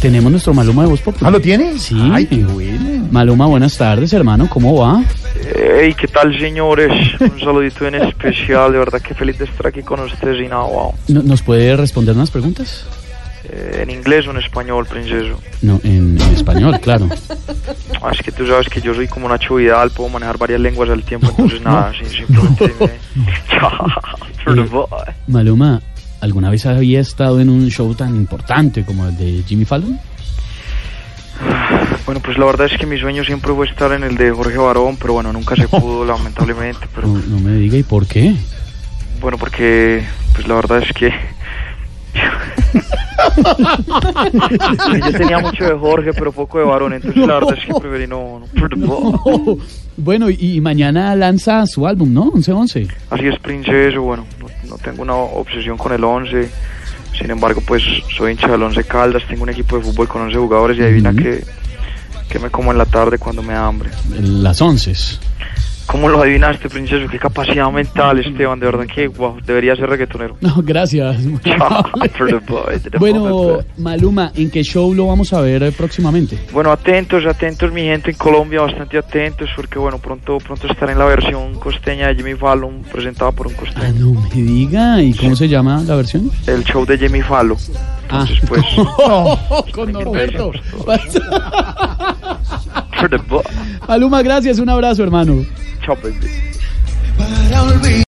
Tenemos nuestro Maluma de Voz Popular. ¿Ah, lo tiene? Sí. Ay, qué bueno. Maluma, buenas tardes, hermano. ¿Cómo va? Hey, ¿qué tal, señores? Un saludito en especial, de verdad que feliz de estar aquí con ustedes y nada, wow. ¿No- ¿Nos puede responder unas preguntas? Eh, ¿En inglés o en español, princeso? No, en, en español, claro. Ah, es que tú sabes que yo soy como Nacho Vidal, puedo manejar varias lenguas al tiempo, entonces nada, sí, simplemente me... Through the boy. Maluma, ¿alguna vez había estado en un show tan importante como el de Jimmy Fallon? Bueno, pues la verdad es que mi sueño siempre fue estar en el de Jorge Barón, pero bueno, nunca se pudo, lamentablemente, pero... No, no me diga, ¿y por qué? Bueno, porque pues la verdad es que yo tenía mucho de Jorge, pero poco de varón, entonces la verdad es que preferí no. no. Bueno, y, y mañana lanza su álbum, ¿no? 11-11. Así es, princeso, bueno, no, no tengo una obsesión con el 11. Sin embargo, pues soy hincha del 11 Caldas, tengo un equipo de fútbol con 11 jugadores y adivina Ujú. que, que me como en la tarde cuando me da hambre. Las 11. ¿Cómo lo adivinaste, princeso? Qué capacidad mental, Esteban, de verdad que guau, debería ser reggaetonero. No, gracias. muy Ah, amable. For the boy, the Bueno, boy. Maluma, ¿en qué show lo vamos a ver eh, próximamente? Bueno, atentos, atentos mi gente en Colombia, bastante atentos porque bueno, pronto pronto estaré en la versión costeña de Jimmy Fallon presentada por un Ah, costeño. no me diga. ¿Y cómo se llama la versión? El show de Jimmy Fallon. Ah, Entonces, pues, con Norberto. Maluma, gracias. Un abrazo, hermano. chao, baby.